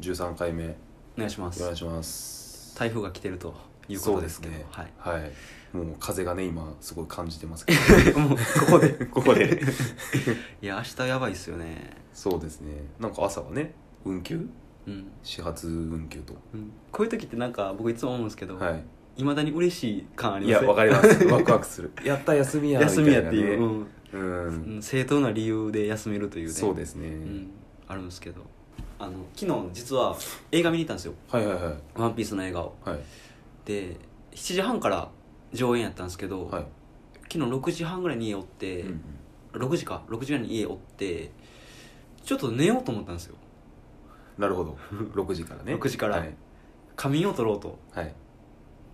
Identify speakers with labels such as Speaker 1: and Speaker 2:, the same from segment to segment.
Speaker 1: 13回目よ
Speaker 2: お願いしま
Speaker 1: ろし
Speaker 2: す
Speaker 1: くお願いします
Speaker 2: 台風が来てるということですけど
Speaker 1: そう
Speaker 2: はい
Speaker 1: はいもう風がね今すごい感じてますけど
Speaker 2: もうここで
Speaker 1: ここで
Speaker 2: いや明日やばいっすよね
Speaker 1: そうですねなんか朝はね運休
Speaker 2: うん、
Speaker 1: 始発運休と
Speaker 2: うん、こういう時ってなんか僕いつも思うんですけど、
Speaker 1: はい
Speaker 2: いまだに嬉しい感あり
Speaker 1: い
Speaker 2: ま
Speaker 1: や
Speaker 2: せん
Speaker 1: わかりますワクワクす るやった休みや
Speaker 2: 休みやっていう、
Speaker 1: みたいなねう
Speaker 2: うんん、正当な理由で休めるというね
Speaker 1: そうですね、
Speaker 2: うん、あるんですけどあの昨日実は映画見に行ったんですよ
Speaker 1: はいはいはい
Speaker 2: 「ワンピースの映画を
Speaker 1: はい
Speaker 2: で7時半から上演やったんですけど、
Speaker 1: はい、
Speaker 2: 昨日6時半ぐらいに家おって、
Speaker 1: うんうん
Speaker 2: 6時か6時ぐらいに家おってちょっと寝ようと思ったんですよ
Speaker 1: なるほ ど6時からね
Speaker 2: 6時から
Speaker 1: はい、
Speaker 2: 仮眠を取ろうと
Speaker 1: はい、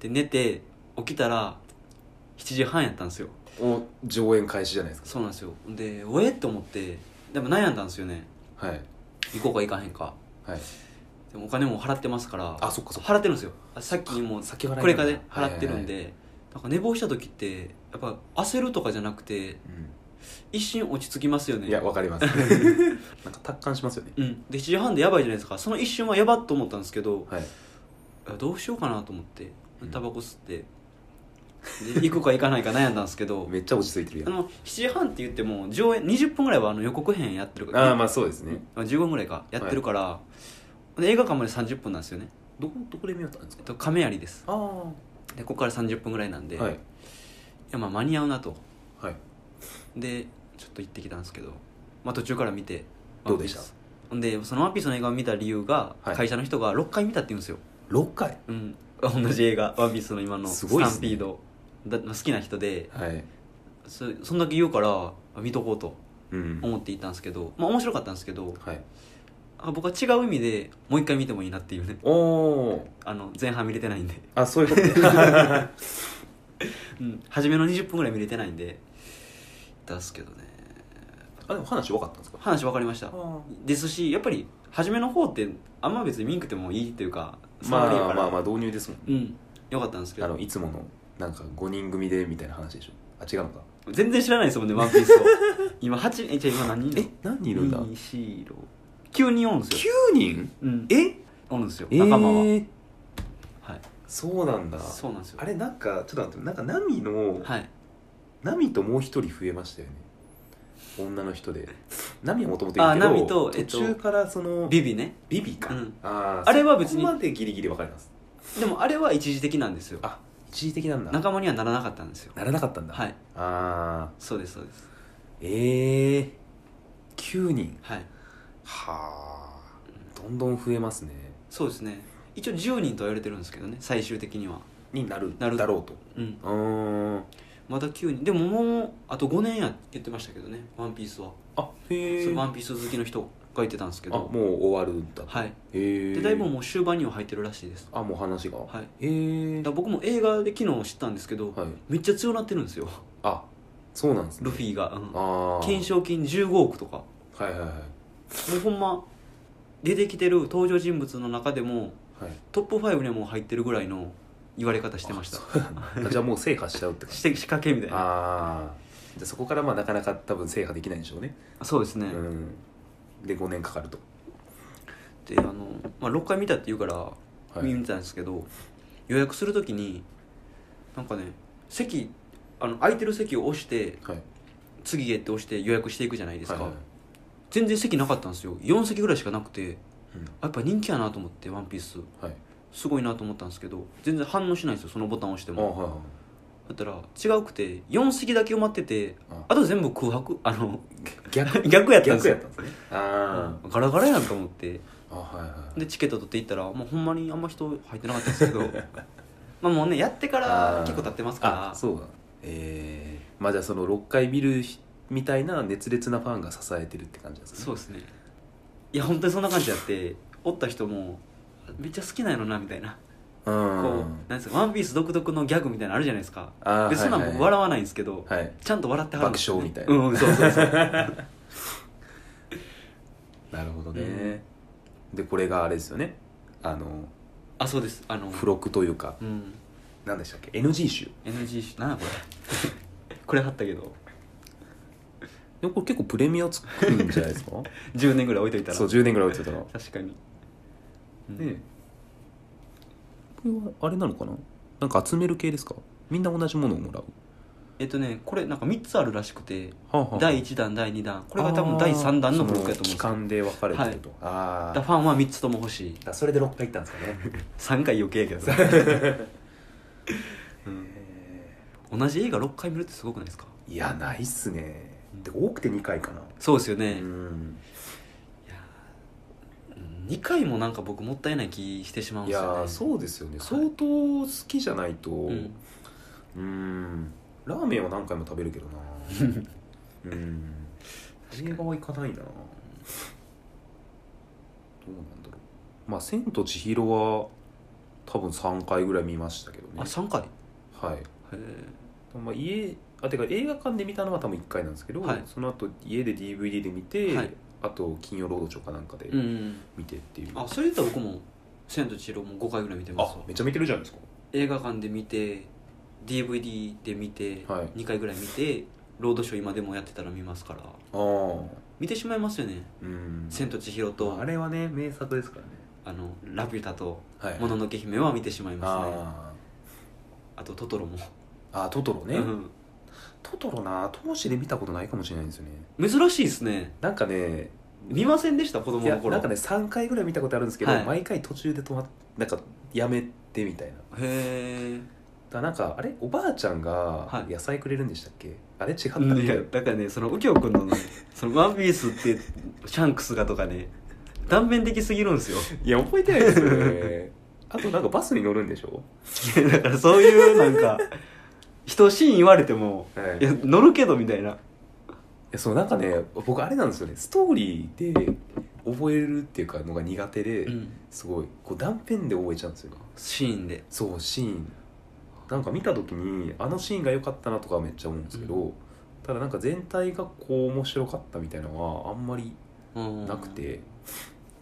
Speaker 2: で寝て起きたら7時半やったんですよ
Speaker 1: お上演開始じゃないです
Speaker 2: そうなんですよでおえって思ってでも悩んだんですよね
Speaker 1: かはい
Speaker 2: 行こうか行かへんか
Speaker 1: はい
Speaker 2: でもお金も払ってますから
Speaker 1: あそっかそっか
Speaker 2: 払ってるんですよあさっきも
Speaker 1: 先払いなんだ
Speaker 2: これからね払ってるんで、
Speaker 1: はい
Speaker 2: なんか寝坊した時ってやっぱ焦るとかじゃなくて一瞬落ち着きますよ
Speaker 1: う
Speaker 2: ね
Speaker 1: んいやわかり ますなんか達観しますよね
Speaker 2: うん、で7時半でやばいじゃないですかその一瞬はやばっと思ったんですけど
Speaker 1: はい
Speaker 2: あどうしようかなと思って
Speaker 1: うん
Speaker 2: タバコ吸って、で行くか行かないか悩んだんです けど
Speaker 1: めっちゃ落ち着いてるや
Speaker 2: あ
Speaker 1: ん
Speaker 2: の7時半って言っても上演20分ぐらいはあの予告編やってるから
Speaker 1: ああまあそうですね
Speaker 2: あ15分ぐらいかやってるから、で映画館まで30分なんですよね、
Speaker 1: どこどこで見ようとなんですか
Speaker 2: えっと、亀有です
Speaker 1: ああ
Speaker 2: でここから30分ぐらいなんで、
Speaker 1: はいい
Speaker 2: やまあ間に合うなと
Speaker 1: はい
Speaker 2: でちょっと行ってきたんですけど、まあ、途中から見て
Speaker 1: どうでした
Speaker 2: ワンピースほんでその「ワンピースの映画を見た理由が、
Speaker 1: はい
Speaker 2: 会社の人が6回見たって言うんですよ、
Speaker 1: 6回
Speaker 2: うん、 同じ映画「ワンピースの今の
Speaker 1: す
Speaker 2: ス
Speaker 1: ごいっ
Speaker 2: タ
Speaker 1: すね
Speaker 2: ンピードだ好きな人で
Speaker 1: はい
Speaker 2: そそんだけ言うからあ見とこうと
Speaker 1: うん
Speaker 2: 思っていたんですけど、まあ、面白かったんですけど
Speaker 1: はい
Speaker 2: あ僕は違う意味でもう一回見てもいいなっていうね
Speaker 1: おお
Speaker 2: あの前半見れてないんで、
Speaker 1: あそういうこと ねは
Speaker 2: うん、初めの20分ぐらい見れてないんで出すけどね
Speaker 1: いあでも話分かったんですか
Speaker 2: 話分かりました
Speaker 1: あ
Speaker 2: ですしやっぱり初めの方ってあんま別に見んくてもいいっていうか
Speaker 1: ーま
Speaker 2: 触りやか
Speaker 1: あ
Speaker 2: ら
Speaker 1: まあまあ導入ですもん
Speaker 2: うんよかったんですけ
Speaker 1: あ
Speaker 2: ど
Speaker 1: のいつものなんか5人組でみたいな話でしょあ違うのか
Speaker 2: 全然知らないですもんね「ワンピースを 今8えじゃあ今何人
Speaker 1: え何人いるんだ
Speaker 2: 2 4 6 9人おるんですよ、
Speaker 1: 9人
Speaker 2: うん、
Speaker 1: え
Speaker 2: おるんですよ
Speaker 1: え
Speaker 2: 仲間は、
Speaker 1: ー
Speaker 2: はい
Speaker 1: そうなんだ
Speaker 2: そうなんですよ
Speaker 1: あれなんかちょっと待ってなんかナミの
Speaker 2: はい
Speaker 1: ナミともう一人増えましたよね女の人でナミはもともとい
Speaker 2: あ
Speaker 1: るけ
Speaker 2: ナ
Speaker 1: ど
Speaker 2: ミとえ
Speaker 1: 途
Speaker 2: っと
Speaker 1: 中からその
Speaker 2: ビビね
Speaker 1: ビビか、
Speaker 2: うん
Speaker 1: あー
Speaker 2: あれは別に
Speaker 1: そこまでギリギリ分かります
Speaker 2: でもあれは一時的なんですよ
Speaker 1: あ一時的なんだ
Speaker 2: 仲間にはならなかったんですよ
Speaker 1: ならなかったんだ、
Speaker 2: はい
Speaker 1: ああ
Speaker 2: そうですそうです
Speaker 1: ええー、9人
Speaker 2: はい
Speaker 1: はあどんどん増えますね
Speaker 2: そうですね一応10人とは言われてるんですけどね最終的には
Speaker 1: になる
Speaker 2: なる
Speaker 1: だろうと
Speaker 2: うん
Speaker 1: うーん
Speaker 2: まだ9人でももうあと5年やって言ってましたけどね「ワンピースは、
Speaker 1: あへえ
Speaker 2: それワ
Speaker 1: あ
Speaker 2: ンピース好きの人が言ってたんですけ
Speaker 1: も
Speaker 2: ど
Speaker 1: う終わるんだ
Speaker 2: はい
Speaker 1: へえ
Speaker 2: でだいぶもう終盤には入ってるらしいですだか
Speaker 1: あもう話が
Speaker 2: はい
Speaker 1: へえ
Speaker 2: ら僕も映画で昨日知ったんですけど、
Speaker 1: はい
Speaker 2: めっちゃ強なってるんですよ
Speaker 1: あそうなんですね
Speaker 2: ルフィが、うん
Speaker 1: ああ
Speaker 2: 懸賞金15億とかも
Speaker 1: はいはいはいう
Speaker 2: ほんま出てきてる登場人物の中でも
Speaker 1: はい
Speaker 2: トップ5にはもう入ってるぐらいの言われ方してました
Speaker 1: あそうなん だじゃあもう制覇しちゃうって感
Speaker 2: し
Speaker 1: じ
Speaker 2: て仕掛けみたいな
Speaker 1: ああじゃあそこからまあなかなか多分制覇できないんでしょうね
Speaker 2: そうですね、
Speaker 1: うんで5年かかると
Speaker 2: であの、まあ、6回見たって言うから
Speaker 1: はい
Speaker 2: 見たんですけど、予約するときになんかね席あの空いてる席を押して
Speaker 1: はい
Speaker 2: 次へって押して予約していくじゃないですか、
Speaker 1: はいはい
Speaker 2: 全然席なかったんですよ4席ぐらいしかなく
Speaker 1: う
Speaker 2: て
Speaker 1: ん
Speaker 2: あやっぱ人気やなと思って「ワンピース
Speaker 1: はい
Speaker 2: すごいなと思ったんですけど全然反応しないんですよそのボタンを押して
Speaker 1: あ
Speaker 2: も
Speaker 1: はいはい
Speaker 2: だったら違うくて4席だけ埋まってて
Speaker 1: あ
Speaker 2: あと全部空白あの
Speaker 1: 逆
Speaker 2: 逆やったんで
Speaker 1: 逆
Speaker 2: す
Speaker 1: や
Speaker 2: よ
Speaker 1: ったんですねあ
Speaker 2: ガラガラやんと思って
Speaker 1: ああはいはい
Speaker 2: でチケット取っていったらもうほんまにあんま人入ってなかったんです けどまあもうねやってから結構経ってますから
Speaker 1: あそうだええまあじゃあその6回見るひみたいな熱烈なファンが支えてるって感じなんですね
Speaker 2: そうですねいや本当にそんな感じやっておった人もめっちゃ好きなんやろなみたいな、
Speaker 1: う
Speaker 2: こ
Speaker 1: ん
Speaker 2: うなんですか「ワンピース独特のギャグみたいなのあるじゃないですか
Speaker 1: あ
Speaker 2: でそんなん僕笑わないんですけど、
Speaker 1: はいはい
Speaker 2: ちゃんと笑ってはるんですよね、
Speaker 1: 爆笑みたいな
Speaker 2: うんそうそうそう
Speaker 1: なるほどね、でこれがあれですよねあの
Speaker 2: あそうですあの
Speaker 1: 付録というか
Speaker 2: うん
Speaker 1: 何でしたっけ NG 集
Speaker 2: NG しなんやこれ これ貼ったけど
Speaker 1: でもこれ 結構プレミアつくんじゃないですか
Speaker 2: 10年ぐらい置いといたら
Speaker 1: そう10年ぐらい置いてたら
Speaker 2: 確かにうん
Speaker 1: ねこれはあれなのかななんか集める系ですかみんな同じものをもらう
Speaker 2: えっとねこれなんか3つあるらしくて
Speaker 1: はあはあ
Speaker 2: 第1弾第2弾これが多分第3弾のブロックやと思うんで
Speaker 1: 期
Speaker 2: すよ
Speaker 1: 間で分かれてると、あ
Speaker 2: だから
Speaker 1: あ
Speaker 2: ファンは3つとも欲しい
Speaker 1: それで6回行ったんですかね
Speaker 2: 3回余計やけど、
Speaker 1: へ
Speaker 2: 同じ映画6回見るってすごくないですか
Speaker 1: ーいやないっすね
Speaker 2: うん
Speaker 1: てか多くて2回かな
Speaker 2: そうですよ
Speaker 1: う
Speaker 2: ね、
Speaker 1: ん
Speaker 2: 2回もなんか僕もったいない気してしまうん
Speaker 1: い
Speaker 2: です
Speaker 1: や
Speaker 2: よね
Speaker 1: ーそうですよね相当好きじゃないと
Speaker 2: う
Speaker 1: うん
Speaker 2: ん
Speaker 1: んラーメンは何回も食べる けどなうん映画は行かないなどうなんだろうまあ「千と千尋」は多分3回ぐらい見ましたけどね
Speaker 2: あ三3回へ
Speaker 1: はい
Speaker 2: え
Speaker 1: まあ、家あてか映画館で見たのは多分1回なんですけど、
Speaker 2: はい
Speaker 1: その後家で DVD で見て、
Speaker 2: はい
Speaker 1: あと「金曜ロードショー」かなんかで
Speaker 2: うん
Speaker 1: 見てっていう、
Speaker 2: あそれ言ったら僕も「千と千尋」も5回ぐらい見てます
Speaker 1: あ
Speaker 2: わ
Speaker 1: めっちゃ見てるじゃないですか
Speaker 2: 映画館で見て DVD で見て、
Speaker 1: はい
Speaker 2: 2回ぐらい見てロードショー今でもやってたら見ますから
Speaker 1: ああ
Speaker 2: 見てしまいますよね
Speaker 1: うん
Speaker 2: 「千と千尋と」
Speaker 1: あれはね名作ですからね
Speaker 2: あのラピュタ」と
Speaker 1: は
Speaker 2: 「もののけ姫」は見てしまいますね
Speaker 1: あ
Speaker 2: あと「トトロも」
Speaker 1: ーあトトロね、
Speaker 2: うん
Speaker 1: トトロな当時で見たことないかもしれないんですよね
Speaker 2: 珍しいですね
Speaker 1: なんかね
Speaker 2: 見ませんでした子
Speaker 1: い
Speaker 2: 供
Speaker 1: や
Speaker 2: の頃
Speaker 1: なんかね3回ぐらい見たことあるんですけど、
Speaker 2: はい
Speaker 1: 毎回途中で止まっなんかやめてみたいな
Speaker 2: へ
Speaker 1: だなんかあれおばあちゃんが
Speaker 2: はい
Speaker 1: 野菜くれるんでしたっけ、あれ違ったっ
Speaker 2: え
Speaker 1: け
Speaker 2: いやだからねその右京君のね そのワンピースってシャンクスがとかね断面的すぎるんですよ
Speaker 1: いや覚えてないですよね あとなんかバスに乗るんでしょ、
Speaker 2: い やだからそういうなんか 人シーン言われても
Speaker 1: はい、
Speaker 2: い
Speaker 1: い
Speaker 2: や
Speaker 1: や
Speaker 2: 乗るけどみたいな
Speaker 1: そうなんかね僕あれなんですよねストーリーで覚えるっていうかのが苦手で、すごいこう断片で覚えちゃうんですよね
Speaker 2: シーンで
Speaker 1: そうシーンなんか見た時にあのシーンが良かったなとかはめっちゃ思うんですけど、
Speaker 2: う
Speaker 1: ただなんか全体がこう面白かったみたいなのはあんまりな
Speaker 2: な
Speaker 1: くて、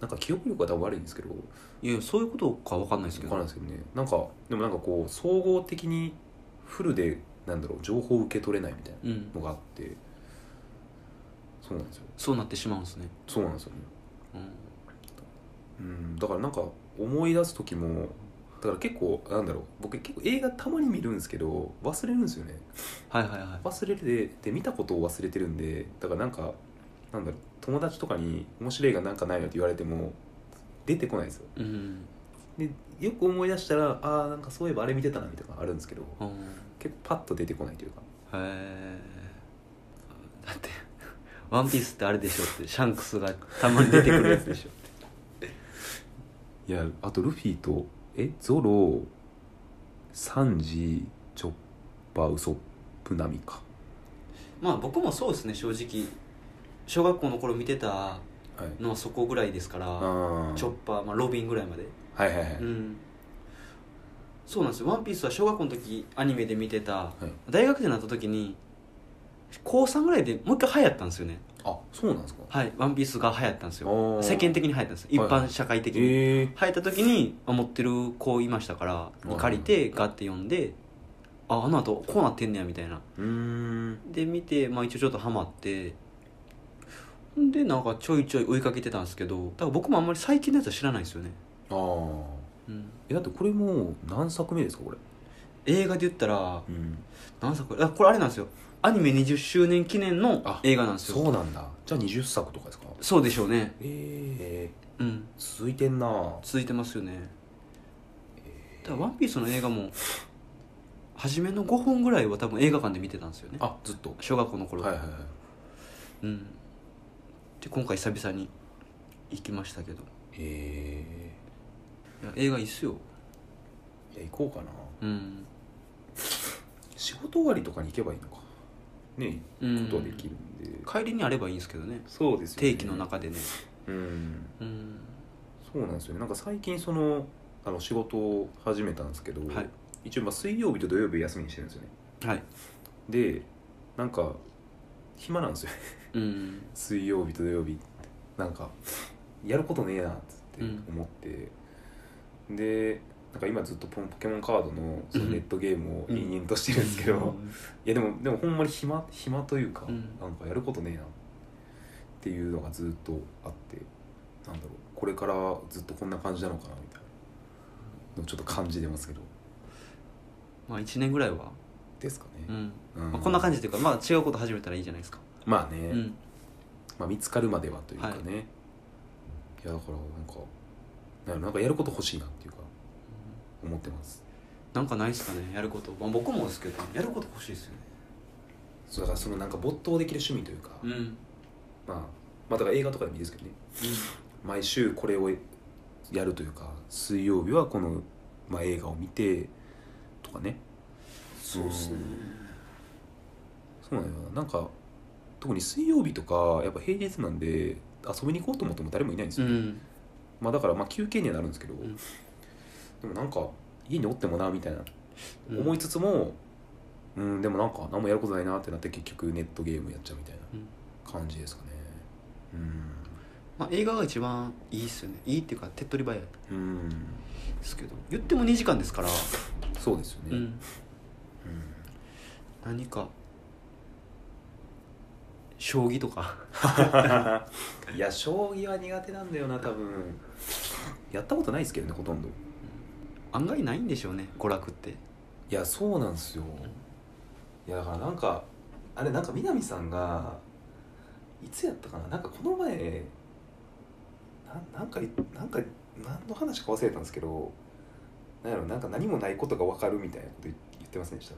Speaker 1: なんか記憶力が多分悪いんですけど
Speaker 2: いやそういうことかわかんないですけ
Speaker 1: 分
Speaker 2: ど
Speaker 1: かんないですけどねなんかでもなんかこう総合的にフルでなんだろう情報を受け取れないみたい
Speaker 2: うん
Speaker 1: なのがあってそうなんですよ
Speaker 2: そうなってしまうんですね、
Speaker 1: そうなんですよね
Speaker 2: うん
Speaker 1: うんだからなんか思い出す時もだから結構なんだろう僕結構映画たまに見るんですけど忘れるんですよね
Speaker 2: はいはいは
Speaker 1: 忘れてで見たことを忘れてるんでだからなんかなんだろう友達とかに「面白い映画なんかないの?」って言われても出てこないんですよ
Speaker 2: いうん、
Speaker 1: でよく思い出したら「あーなんかそういえばあれ見てたな」みたいなのがあるんですけど
Speaker 2: うん、
Speaker 1: 結構パッと出てこないというか
Speaker 2: へえだって「ワンピースってあれでしょってシャンクスがたまに出てくるやつでしょ
Speaker 1: いやあとルフィとえゾロサンジチョッパーウソップナミか
Speaker 2: まあ僕もそうですね正直小学校の頃見てた
Speaker 1: はい
Speaker 2: のはそこぐらいですから
Speaker 1: あ
Speaker 2: チョッパー、まあ、ロビンぐらいまで
Speaker 1: パはいはいはい、
Speaker 2: うんそうなんですよ「ワンピースは小学校の時アニメで見てた、
Speaker 1: い
Speaker 2: 大学生になった時に高3ぐらいでもう一回流行ったんですよね
Speaker 1: あそうなんですか
Speaker 2: はい「ワンピースが流行ったんですよ
Speaker 1: おー
Speaker 2: 世間的に流行ったんですよ一
Speaker 1: はいはい
Speaker 2: 般社会的に、
Speaker 1: ええ
Speaker 2: 入った時にあ持ってる子いましたから
Speaker 1: うん
Speaker 2: 借りてガッて読んでああの後こうなってんねやみたいな
Speaker 1: うーん
Speaker 2: で見て、まあ、一応ちょっとハマってんでなんかちょいちょい追いかけてたんですけどだから僕もあんまり最近のやつは知らないんですよね、
Speaker 1: ああ
Speaker 2: うん、
Speaker 1: えだってこれもう何作目ですかこれ
Speaker 2: 映画で言ったら
Speaker 1: うん
Speaker 2: 何作あこれあれなんですよアニメ20周年記念の
Speaker 1: あ
Speaker 2: 映画なんですよ
Speaker 1: そうなんだじゃあ20作とかですか
Speaker 2: そうでしょうね
Speaker 1: ええ
Speaker 2: うん
Speaker 1: 続いてんな
Speaker 2: 続いてますよねだから「ワンピースの映画も初めの5本ぐらいは多分映画館で見てたんですよね
Speaker 1: あずっと
Speaker 2: 小学校の頃
Speaker 1: はいはいはい
Speaker 2: うんで今回久々に行きましたけど
Speaker 1: え
Speaker 2: いや映画いいっすよ
Speaker 1: えいや行こうかな
Speaker 2: うん
Speaker 1: 仕事終わりとかに行けばいいのかね
Speaker 2: う
Speaker 1: 行
Speaker 2: ん
Speaker 1: くことはできるんで、
Speaker 2: 帰りにあればいいんですけどね
Speaker 1: そうですよね
Speaker 2: 定期の中でね
Speaker 1: うん
Speaker 2: うん
Speaker 1: そうなんですよねなんか最近そのあの仕事を始めたんですけど、
Speaker 2: はい
Speaker 1: 一応まあ水曜日と土曜日休みにしてるんですよね
Speaker 2: はい
Speaker 1: でなんか暇なんですよね
Speaker 2: うん
Speaker 1: 水曜日と土曜日なんかやることねえなっつって
Speaker 2: うん
Speaker 1: 思って、でなんか今ずっとポンポケモンカードのその
Speaker 2: うん
Speaker 1: ネットゲームを延々としてるんですけど、いやでもでもほんまに暇暇というか、
Speaker 2: うん
Speaker 1: なんかやることねえなっていうのがずっとあってなんだろうこれからずっとこんな感じなのかなみたいなのをちょっと感じてますけど
Speaker 2: まあ1年ぐらいは、
Speaker 1: ですか
Speaker 2: う
Speaker 1: ね、
Speaker 2: ん
Speaker 1: うん
Speaker 2: まあ、こんな感じというか、まあ、違うこと始めたらいいじゃないですか、
Speaker 1: まあね、
Speaker 2: うん、
Speaker 1: まあ、見つかるまではというかね、
Speaker 2: はい
Speaker 1: い、やだからなんかななんかやること欲しいなっていうか思ってます
Speaker 2: なんかないですかねやること、まあ、僕もですけどやること欲しいですよね
Speaker 1: そうだからそのなんか没頭できる趣味というか、
Speaker 2: うん、うん
Speaker 1: まあ、まあだから映画とかでもいいですけどね毎週これをやるというか水曜日はこの、まあ、映画を見てとかね
Speaker 2: そうっすね
Speaker 1: そうなのよなんか特に水曜日とかやっぱ平日なんで遊びに行こうと思っても誰もいないんです
Speaker 2: う
Speaker 1: よ、
Speaker 2: ん
Speaker 1: まあだからまあ休憩にはなるんですけど、
Speaker 2: ん
Speaker 1: でもなんか家におってもなみたいな
Speaker 2: うん
Speaker 1: 思いつつもうん、でもなんか何もやることないなってなって結局ネットゲームやっちゃうみたい
Speaker 2: うん
Speaker 1: な感じですかねうん
Speaker 2: まあ、映画が一番いいっすよねいいっていうか手っ取り早い
Speaker 1: うん
Speaker 2: ですけど言っても2時間ですから、
Speaker 1: そうですよね、
Speaker 2: う
Speaker 1: う
Speaker 2: ん、
Speaker 1: ん
Speaker 2: 何か将棋とか
Speaker 1: いや将棋は苦手なんだよな多分やったことないですけどねほとんどい
Speaker 2: 案外ないんでしょうね娯楽って
Speaker 1: やそうなんですよいやだからなんかあれなんか南さんがいつやったかななんかこの前ななんかなんか何の話か忘れたんですけどなんやろなんか何もないことが分かるみたいなこと言言ってませんでした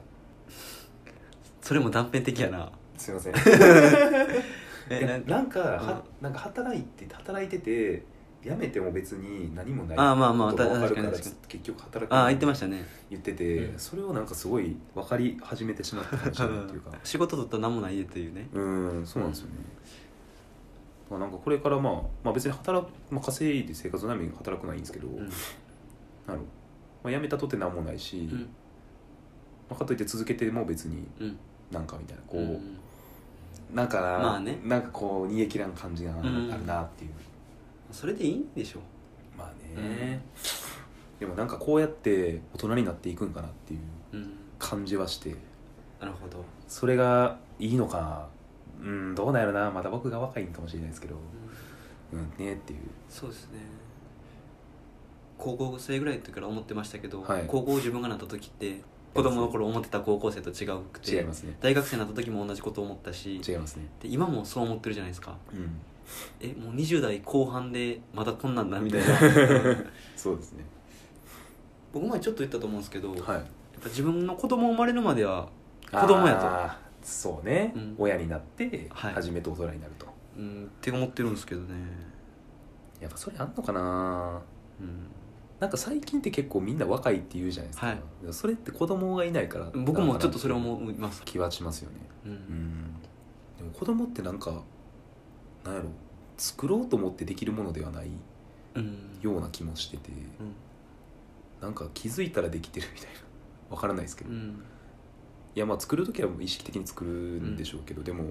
Speaker 2: それも断片的やな
Speaker 1: すいませんい
Speaker 2: え
Speaker 1: や
Speaker 2: な
Speaker 1: なんか、はなんか働いて働いてて辞めても別に何もない
Speaker 2: あーまあまあ
Speaker 1: ことが分かるから
Speaker 2: 確かに確か
Speaker 1: 結局働く
Speaker 2: ああ言ってましたたね
Speaker 1: 言ってて、
Speaker 2: うん
Speaker 1: それをなんかすごい分かり始めてしまったかもしれないっていう か
Speaker 2: 仕事取ったら何もないでというね
Speaker 1: うんそうなんですよね、まあなんかこれからまあ、まあ、別に働く、まあ、稼いで生活のために働くのはいいんですけど、
Speaker 2: う
Speaker 1: なんるまあ、辞めたとって何もないし、
Speaker 2: うん
Speaker 1: まあ、かといって続けても別に
Speaker 2: うん
Speaker 1: なんかみたいなこう、
Speaker 2: うん
Speaker 1: なんかな,、
Speaker 2: まあね
Speaker 1: なんかこう煮え切らん感じがあ
Speaker 2: うん
Speaker 1: るなっていう、
Speaker 2: それでいいんでしょう
Speaker 1: まあね、でもなんかこうやって大人になっていくんかなっていう
Speaker 2: うん
Speaker 1: 感じはして
Speaker 2: なるほど、
Speaker 1: それがいいのかなうんどうなんやろなまだ僕が若いんかもしれないですけど
Speaker 2: うん
Speaker 1: うんねっていう
Speaker 2: そうですね高校生ぐらいの時から思ってましたけど、
Speaker 1: はい
Speaker 2: 高校自分がなった時って子供の頃思ってた高校生と違うくて
Speaker 1: 違いますね
Speaker 2: 大学生になった時も同じこと思ったし
Speaker 1: 違いますね
Speaker 2: で今もそう思ってるじゃないですか
Speaker 1: うん
Speaker 2: えもう20代後半でまだこんなんだ みたいな
Speaker 1: そうですね
Speaker 2: 僕前ちょっと言ったと思うんですけど、やっ
Speaker 1: はい
Speaker 2: ぱ自分の子供生まれるまでは子供やと
Speaker 1: あーそうね、
Speaker 2: うん
Speaker 1: 親になって
Speaker 2: はい
Speaker 1: 初めて大人になると、
Speaker 2: うんって思ってるんですけどね
Speaker 1: やっぱそれあんのかな
Speaker 2: うん
Speaker 1: なんか最近って結構みんな若いって言うじゃないですか、
Speaker 2: はい
Speaker 1: それって子供がいないから
Speaker 2: 僕もちょっとそれ
Speaker 1: なのかなて
Speaker 2: 思います
Speaker 1: 気はしますよね
Speaker 2: うん、
Speaker 1: うんでも子供ってなんかなんやろ作ろうと思ってできるものではない
Speaker 2: うん
Speaker 1: ような気もしてて
Speaker 2: うん
Speaker 1: なんか気づいたらできてるみたいなわからないですけ
Speaker 2: う
Speaker 1: ど、い
Speaker 2: ん
Speaker 1: やまあ作る時は意識的に作るんでしょうけど、でも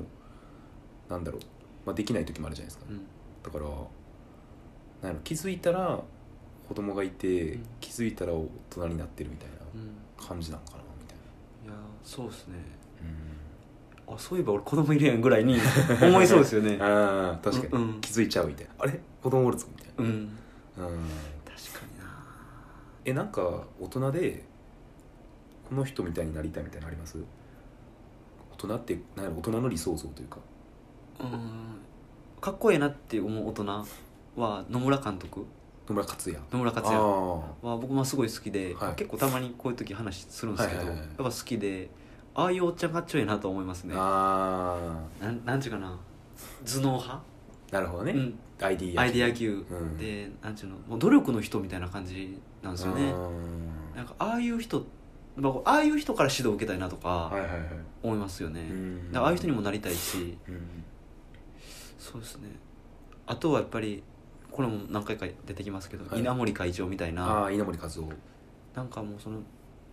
Speaker 1: なんだろう、まあ、できない時もあるじゃないですか、
Speaker 2: うん
Speaker 1: だからなんやろ気づいたら子供がいて、
Speaker 2: うん
Speaker 1: 気づいたら大人になってるみたい
Speaker 2: うん
Speaker 1: な感じなのかなみたい
Speaker 2: いやそうですね
Speaker 1: な、
Speaker 2: あそういえば俺子供いるやんぐらいに思いそうですよ ね
Speaker 1: ああ確かに、
Speaker 2: うんうん
Speaker 1: 気づいちゃうみたいなあれ子供おるぞみたいな
Speaker 2: うん
Speaker 1: うん
Speaker 2: 確かにな
Speaker 1: えなんか大人でこの人みたいになりたいみたいなのあります大人ってなんやろ大人の理想像というか
Speaker 2: うんかっこええなって思う大人は野村監督
Speaker 1: 野村克也
Speaker 2: 野村克也
Speaker 1: あ
Speaker 2: は僕もすごい好きで、
Speaker 1: はい
Speaker 2: 結構たまにこういう時話するんですけど、
Speaker 1: はいはいはい
Speaker 2: やっぱ好きでああいうおっちゃんかっちょいいなと思います
Speaker 1: ー、
Speaker 2: ねな
Speaker 1: あ
Speaker 2: んなんていうかな頭脳派、
Speaker 1: ーなるほどね、
Speaker 2: うん、
Speaker 1: アイディア
Speaker 2: アイデア級
Speaker 1: うん
Speaker 2: で、なんていうのもう努力の人みたいな感じなんですよ
Speaker 1: う
Speaker 2: ね
Speaker 1: ん
Speaker 2: なんかああいう人、まあ、ああいう人から指導を受けたいなと
Speaker 1: はい
Speaker 2: か
Speaker 1: はいはい
Speaker 2: 思いますよね、
Speaker 1: うん
Speaker 2: だからああいう人にもなりたいし
Speaker 1: うん
Speaker 2: そうですねあとはやっぱりこれも何回か出てきますけど、
Speaker 1: はい
Speaker 2: 稲森会長みたいな
Speaker 1: ああ稲森和夫
Speaker 2: なんかもうその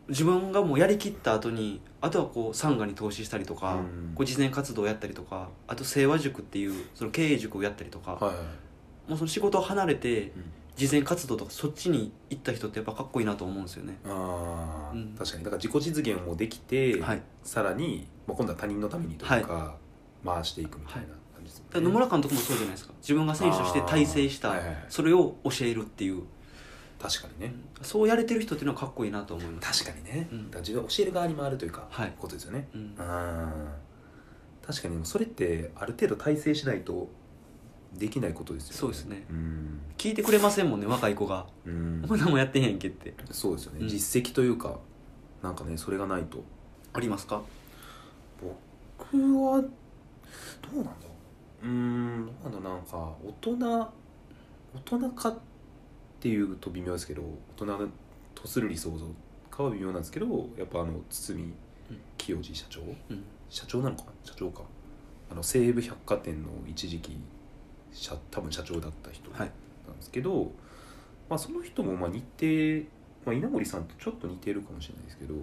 Speaker 2: 自分がもうやりきった後にあとはこうサンガに投資したりとか、
Speaker 1: うん
Speaker 2: こう慈善活動をやったりとかあと清和塾っていうその経営塾をやったりとか、
Speaker 1: はいはい
Speaker 2: もうその仕事を離れて
Speaker 1: うん
Speaker 2: 慈善活動とかそっちに行った人ってやっぱかっこいいなと思うんですよね、
Speaker 1: あー
Speaker 2: うん
Speaker 1: 確かにだから自己実現もできて、
Speaker 2: はい
Speaker 1: さらに、まあ、今度は他人のためにというか、回していくみたいな、です
Speaker 2: だから野村監督もそうじゃないですか自分が選手として大成した、
Speaker 1: あーはいはいはい
Speaker 2: それを教えるっていう
Speaker 1: 確かにね
Speaker 2: そうやれてる人っていうのはかっこいいなと思います
Speaker 1: 確かにね、
Speaker 2: うん
Speaker 1: だから自分は教える側に回るというか、
Speaker 2: はい
Speaker 1: ことですよね
Speaker 2: うん
Speaker 1: うん確かにでもそれってある程度体制しないとできないことですよね
Speaker 2: そうですね
Speaker 1: うん
Speaker 2: 聞いてくれませんもんね若い子が
Speaker 1: うん
Speaker 2: 「お前何もやってへんやんけ」って
Speaker 1: そうですよね、
Speaker 2: うん
Speaker 1: 実績というかなんかねそれがないと
Speaker 2: ありますか
Speaker 1: 僕はどうなんだろううーんどうなんだろうなんか大人大人かっていうと微妙ですけど大人とする理想像かは微妙なんですけどやっぱあの堤清治社長、
Speaker 2: うん
Speaker 1: 社長なのかな社長かあの西武百貨店の一時期社多分社長だった人
Speaker 2: はい
Speaker 1: なんですけど、まあ、その人もまあ似て、まあ、稲森さんとちょっと似てるかもしれないですけど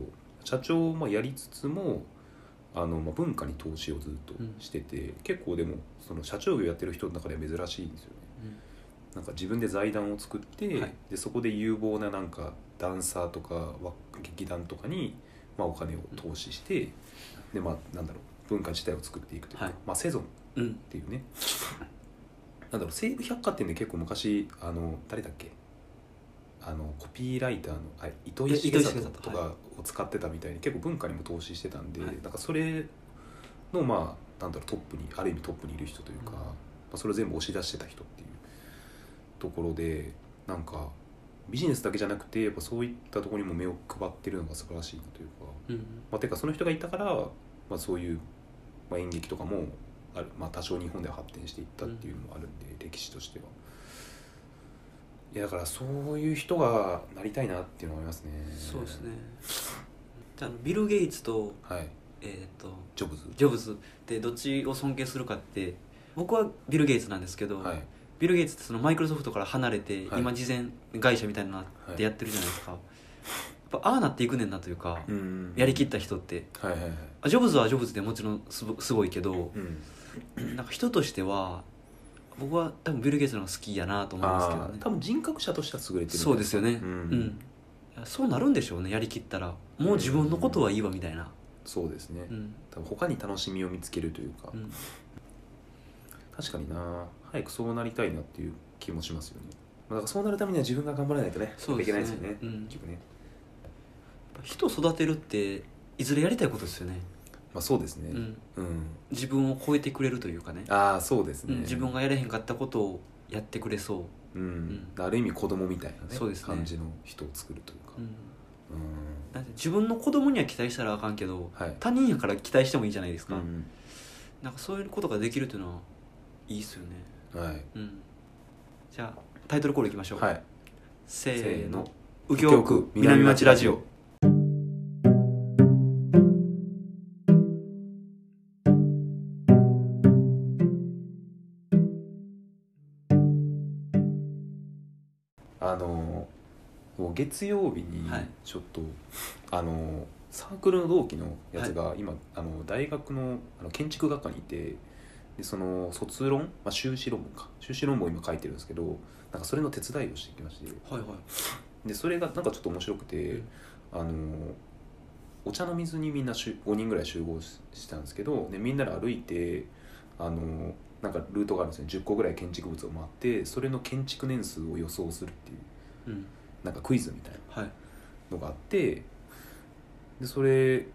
Speaker 1: 社長をまあやりつつもあのまあ文化に投資をずっとしてて、結構でもその社長業やってる人の中では珍しいんですよね。なんか自分で財団を作って、
Speaker 2: はい
Speaker 1: でそこで有望ななんかダンサーとかわ劇団とかに、まあ、お金を投資して、でまあなんだろう文化自体を作っていくというか、
Speaker 2: はい
Speaker 1: まあ、セゾンっ
Speaker 2: うん、うん、
Speaker 1: ていうね なんだろう西武百貨店で結構昔あの誰だっけあのコピーライターのあ糸井
Speaker 2: え
Speaker 1: 重
Speaker 2: 糸井重
Speaker 1: 里
Speaker 2: 里
Speaker 1: とかを使ってたみたいに、結構文化にも投資してたんで、
Speaker 2: はい
Speaker 1: なんかそれのまあなんだろうトップにある意味トップにいる人というか、
Speaker 2: うん
Speaker 1: まあ、それを全部押し出してた人っていうところでなんかビジネスだけじゃなくてやっぱそういったところにも目を配ってるのが素晴らしいなというか。
Speaker 2: うん、
Speaker 1: まあ、てかその人がいたから、まあ、そういう、まあ、演劇とかもある、まあ、多少日本では発展していったっていうのもあるんで、歴史としてはいやだからそういう人がなりたいなっていうのはありますね
Speaker 2: そうですねじゃああのビル・ゲイツと
Speaker 1: はい
Speaker 2: えっ、と
Speaker 1: ジョブズ
Speaker 2: ジョブズってどっちを尊敬するかって僕はビル・ゲイツなんですけど、
Speaker 1: はい
Speaker 2: ビル・ゲイツってそのマイクロソフトから離れて、
Speaker 1: はい
Speaker 2: 今慈善会社みたいなのでやってるじゃないですか、やっぱああなっていくねんなというか、
Speaker 1: うん
Speaker 2: やりきった人って
Speaker 1: はいはいはい
Speaker 2: あジョブズはジョブズでもちろんすごすごいけど、
Speaker 1: うん
Speaker 2: なんか人としては僕は多分ビル・ゲイツの方が好きやなと思いますけど
Speaker 1: あ
Speaker 2: ね
Speaker 1: ー多分人格者としては優れてる
Speaker 2: そうですよ
Speaker 1: う
Speaker 2: ねうんん、そうなるんでしょうねやりきったらもう自分のことはいいわみたいな
Speaker 1: そうですね、
Speaker 2: うん、
Speaker 1: 多分他に楽しみを見つけるというか、
Speaker 2: うん、
Speaker 1: 確かにな早くそうなりたいなっていう気もしますよねまあだからそうなるためには自分が頑張らないとね
Speaker 2: そう
Speaker 1: いけ
Speaker 2: です
Speaker 1: な
Speaker 2: ね
Speaker 1: いですよね、
Speaker 2: うん
Speaker 1: 結局ね
Speaker 2: 人を育てるっていずれやりたいことですよね、
Speaker 1: まあそうですね、
Speaker 2: うん、
Speaker 1: うん、
Speaker 2: 自分を超えてくれるというかね、
Speaker 1: ああそうです
Speaker 2: う
Speaker 1: ね、
Speaker 2: ん、自分がやれへんかったことをやってくれそ
Speaker 1: うん、ある意味子供みたいな、ね
Speaker 2: そうですね
Speaker 1: 感じの人を作るというか
Speaker 2: う、うん、
Speaker 1: うん、
Speaker 2: だって自分の子供には期待したらあかんけど
Speaker 1: はい、
Speaker 2: 他人やから期待してもいいじゃないです
Speaker 1: う
Speaker 2: か、
Speaker 1: ん
Speaker 2: なんかそういうことができるというのはいいっすよね
Speaker 1: はい
Speaker 2: うんじゃあタイトルコールいきましょう、
Speaker 1: はい
Speaker 2: せ
Speaker 1: せ
Speaker 2: ー
Speaker 1: ー
Speaker 2: の
Speaker 1: の
Speaker 2: 「右京区南町ラジオ」
Speaker 1: あのもう月曜日に
Speaker 2: はい
Speaker 1: ちょっと、あのサークルの同期のやつが今、あの大学のあの建築学科にいてでその卒論、まあ、修士論文か修士論文を今書いてるんですけどなんかそれの手伝いをしてきまして
Speaker 2: はいはい
Speaker 1: でそれがなんかちょっと面白くて、
Speaker 2: うん
Speaker 1: あのお茶の水にみんな集5人ぐらい集合ししたんですけどでみんなで歩いてあのなんかルートがあるんですね10個ぐらい建築物を回ってそれの建築年数を予想するっていう
Speaker 2: うん
Speaker 1: なんかクイズみたいな
Speaker 2: はい
Speaker 1: のがあってでそれ